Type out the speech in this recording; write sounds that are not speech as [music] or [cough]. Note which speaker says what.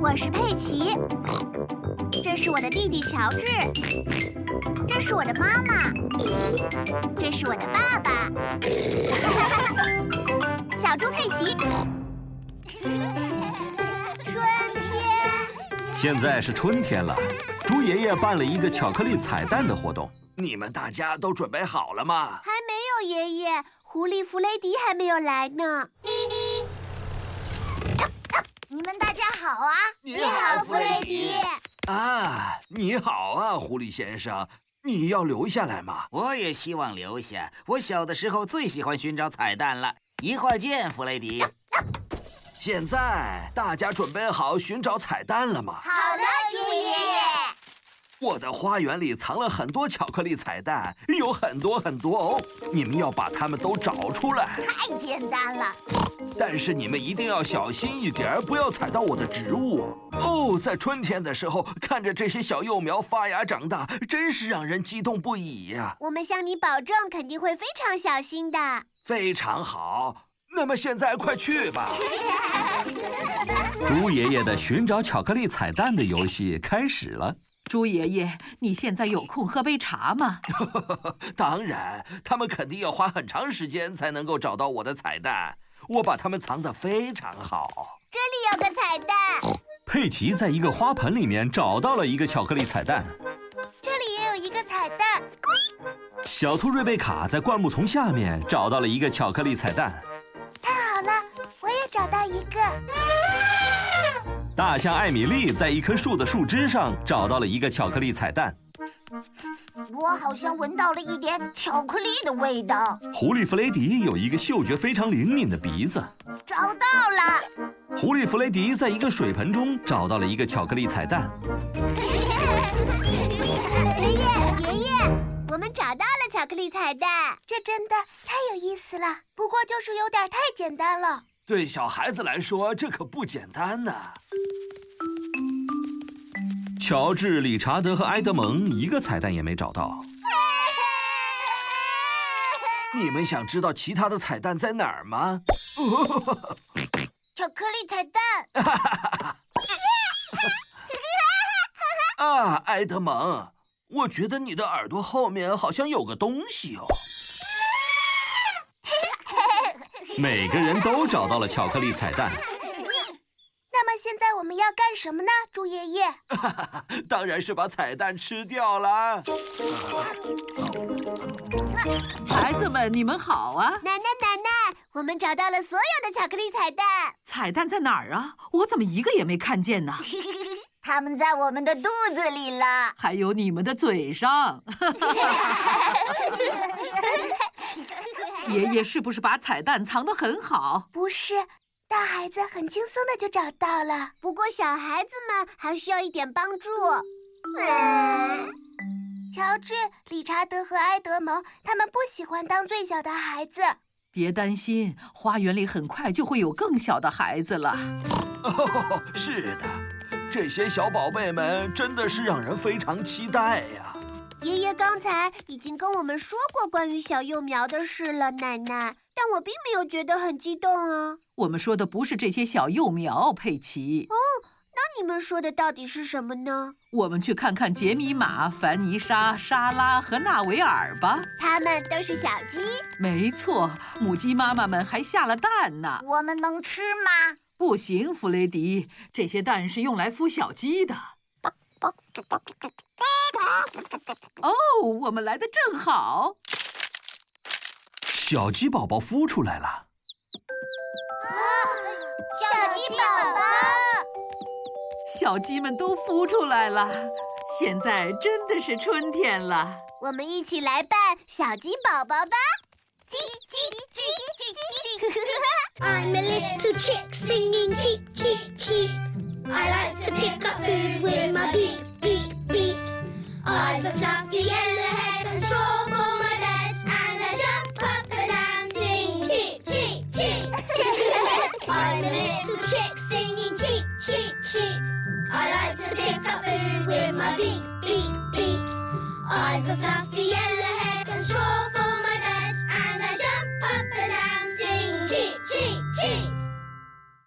Speaker 1: 我是佩奇，这是我的弟弟乔治，这是我的妈妈，这是我的爸爸， [laughs] 小猪佩奇。 [laughs] 春天，
Speaker 2: 现在是春天了，猪爷爷办了一个巧克力彩蛋的活动。
Speaker 3: 你们大家都准备好了吗？
Speaker 1: 还没有爷爷，狐狸弗雷迪还没有来呢。你们大家好啊！
Speaker 3: 你好弗雷迪啊，你好啊，狐狸先生，你要留下来吗？
Speaker 4: 我也希望留下。我小的时候最喜欢寻找彩蛋了。一会儿见，弗雷迪。
Speaker 3: 现在大家准备好寻找彩蛋了吗？
Speaker 1: 好的，猪爷爷。
Speaker 3: 我的花园里藏了很多巧克力彩蛋，有很多很多哦。你们要把它们都找出来，
Speaker 1: 太简单了，
Speaker 3: 但是你们一定要小心一点儿，不要踩到我的植物哦。在春天的时候，看着这些小幼苗发芽长大，真是让人激动不已呀、
Speaker 1: 我们向你保证，肯定会非常小心的。
Speaker 3: 非常好，那么现在快
Speaker 2: [laughs]
Speaker 3: 去吧。
Speaker 2: 猪爷爷的寻找巧克力彩蛋的游戏开始了。
Speaker 5: 猪爷爷，你现在有空喝杯茶吗？
Speaker 3: 当然，他们肯定要花很长时间才能够找到我的彩蛋。我把它们藏得非常好。
Speaker 1: 这里有个彩蛋，
Speaker 2: 佩奇在一个花盆里面找到了一个巧克力彩蛋，
Speaker 1: 这里也有一个彩蛋，
Speaker 2: 小兔瑞贝卡在灌木丛下面找到了一个巧克力彩蛋，
Speaker 1: 太好了，我也找到一个。
Speaker 2: 大象艾米丽在一棵树的树枝上找到了一个巧克力彩蛋，
Speaker 1: 我好像闻到了一点巧克力的味道，
Speaker 2: 狐狸弗雷迪有一个嗅觉非常灵敏的鼻子，
Speaker 1: 找到了。 [laughs]
Speaker 2: 狐狸弗雷迪在一个水盆中找到了一个巧克力彩蛋，
Speaker 1: 爷爷，爷爷，我们找到了巧克力彩蛋，这真的太有意思了。不过就是有点太简单了。 [laughs]
Speaker 3: 对小孩子来说，这可不简单呢、
Speaker 2: 乔治、理查德和埃德蒙一个彩蛋也没找到。
Speaker 3: 你们想知道其他的彩蛋在哪儿吗？
Speaker 1: 巧克力彩蛋，
Speaker 3: 啊，埃德蒙，我觉得你的耳朵后面好像有个东西哦。
Speaker 2: 每个人都找到了巧克力彩蛋。
Speaker 1: 那么现在我们要干什么呢？猪爷爷，
Speaker 3: 当然是把彩蛋吃掉啦。
Speaker 5: 孩子们，你们好啊！
Speaker 1: 奶奶，奶奶，我们找到了所有的巧克力彩蛋，
Speaker 5: 彩蛋在哪儿啊？我怎么一个也没看见呢？
Speaker 1: 它们在我们的肚子里了。
Speaker 5: 还有你们的嘴上。爷爷是不是把彩蛋藏得很好？
Speaker 1: [laughs] 不是，大孩子很轻松的就找到了。不过小孩子们还需要一点帮助。嗯乔治、理查德和埃德蒙他们不喜欢当最小的孩子。
Speaker 5: 别担心，花园里很快就会有更小的孩子了。
Speaker 3: 哦，是的，这些小宝贝们真的是让人非常期待呀、
Speaker 1: 爷爷刚才已经跟我们说过关于小幼苗的事了，奶奶。但我并没有觉得很激动啊。
Speaker 5: 我们说的不是这些小幼苗，佩奇。
Speaker 1: 那你们说的到底是什么呢？
Speaker 5: 我们去看看杰米玛、凡妮莎、莎拉和纳维尔吧。
Speaker 1: 它们都是小鸡，
Speaker 5: 没错，母鸡妈妈们还下了蛋呢。
Speaker 1: 我们能吃吗？
Speaker 5: 不行，弗雷迪，这些蛋是用来孵小鸡的。哦，我们来的正好。
Speaker 2: 小鸡宝宝孵出来了，
Speaker 1: 小鸡宝宝，
Speaker 5: 小鸡们都孵出来了，现在真的是春天了。
Speaker 1: 我们一起来扮小鸡宝宝吧！叽叽叽叽叽 [laughs] 叽。
Speaker 6: I'm a little chick singing cheep cheep cheep. I like to pick up food with my beak beak beak. I've a fluffy yellow head and straw for my bed, and I jump up and down sing cheep cheep cheep. [laughs] I'm a little chick singing cheep cheep cheep. I like to pick up food with my beak beak beak. I've a fluffy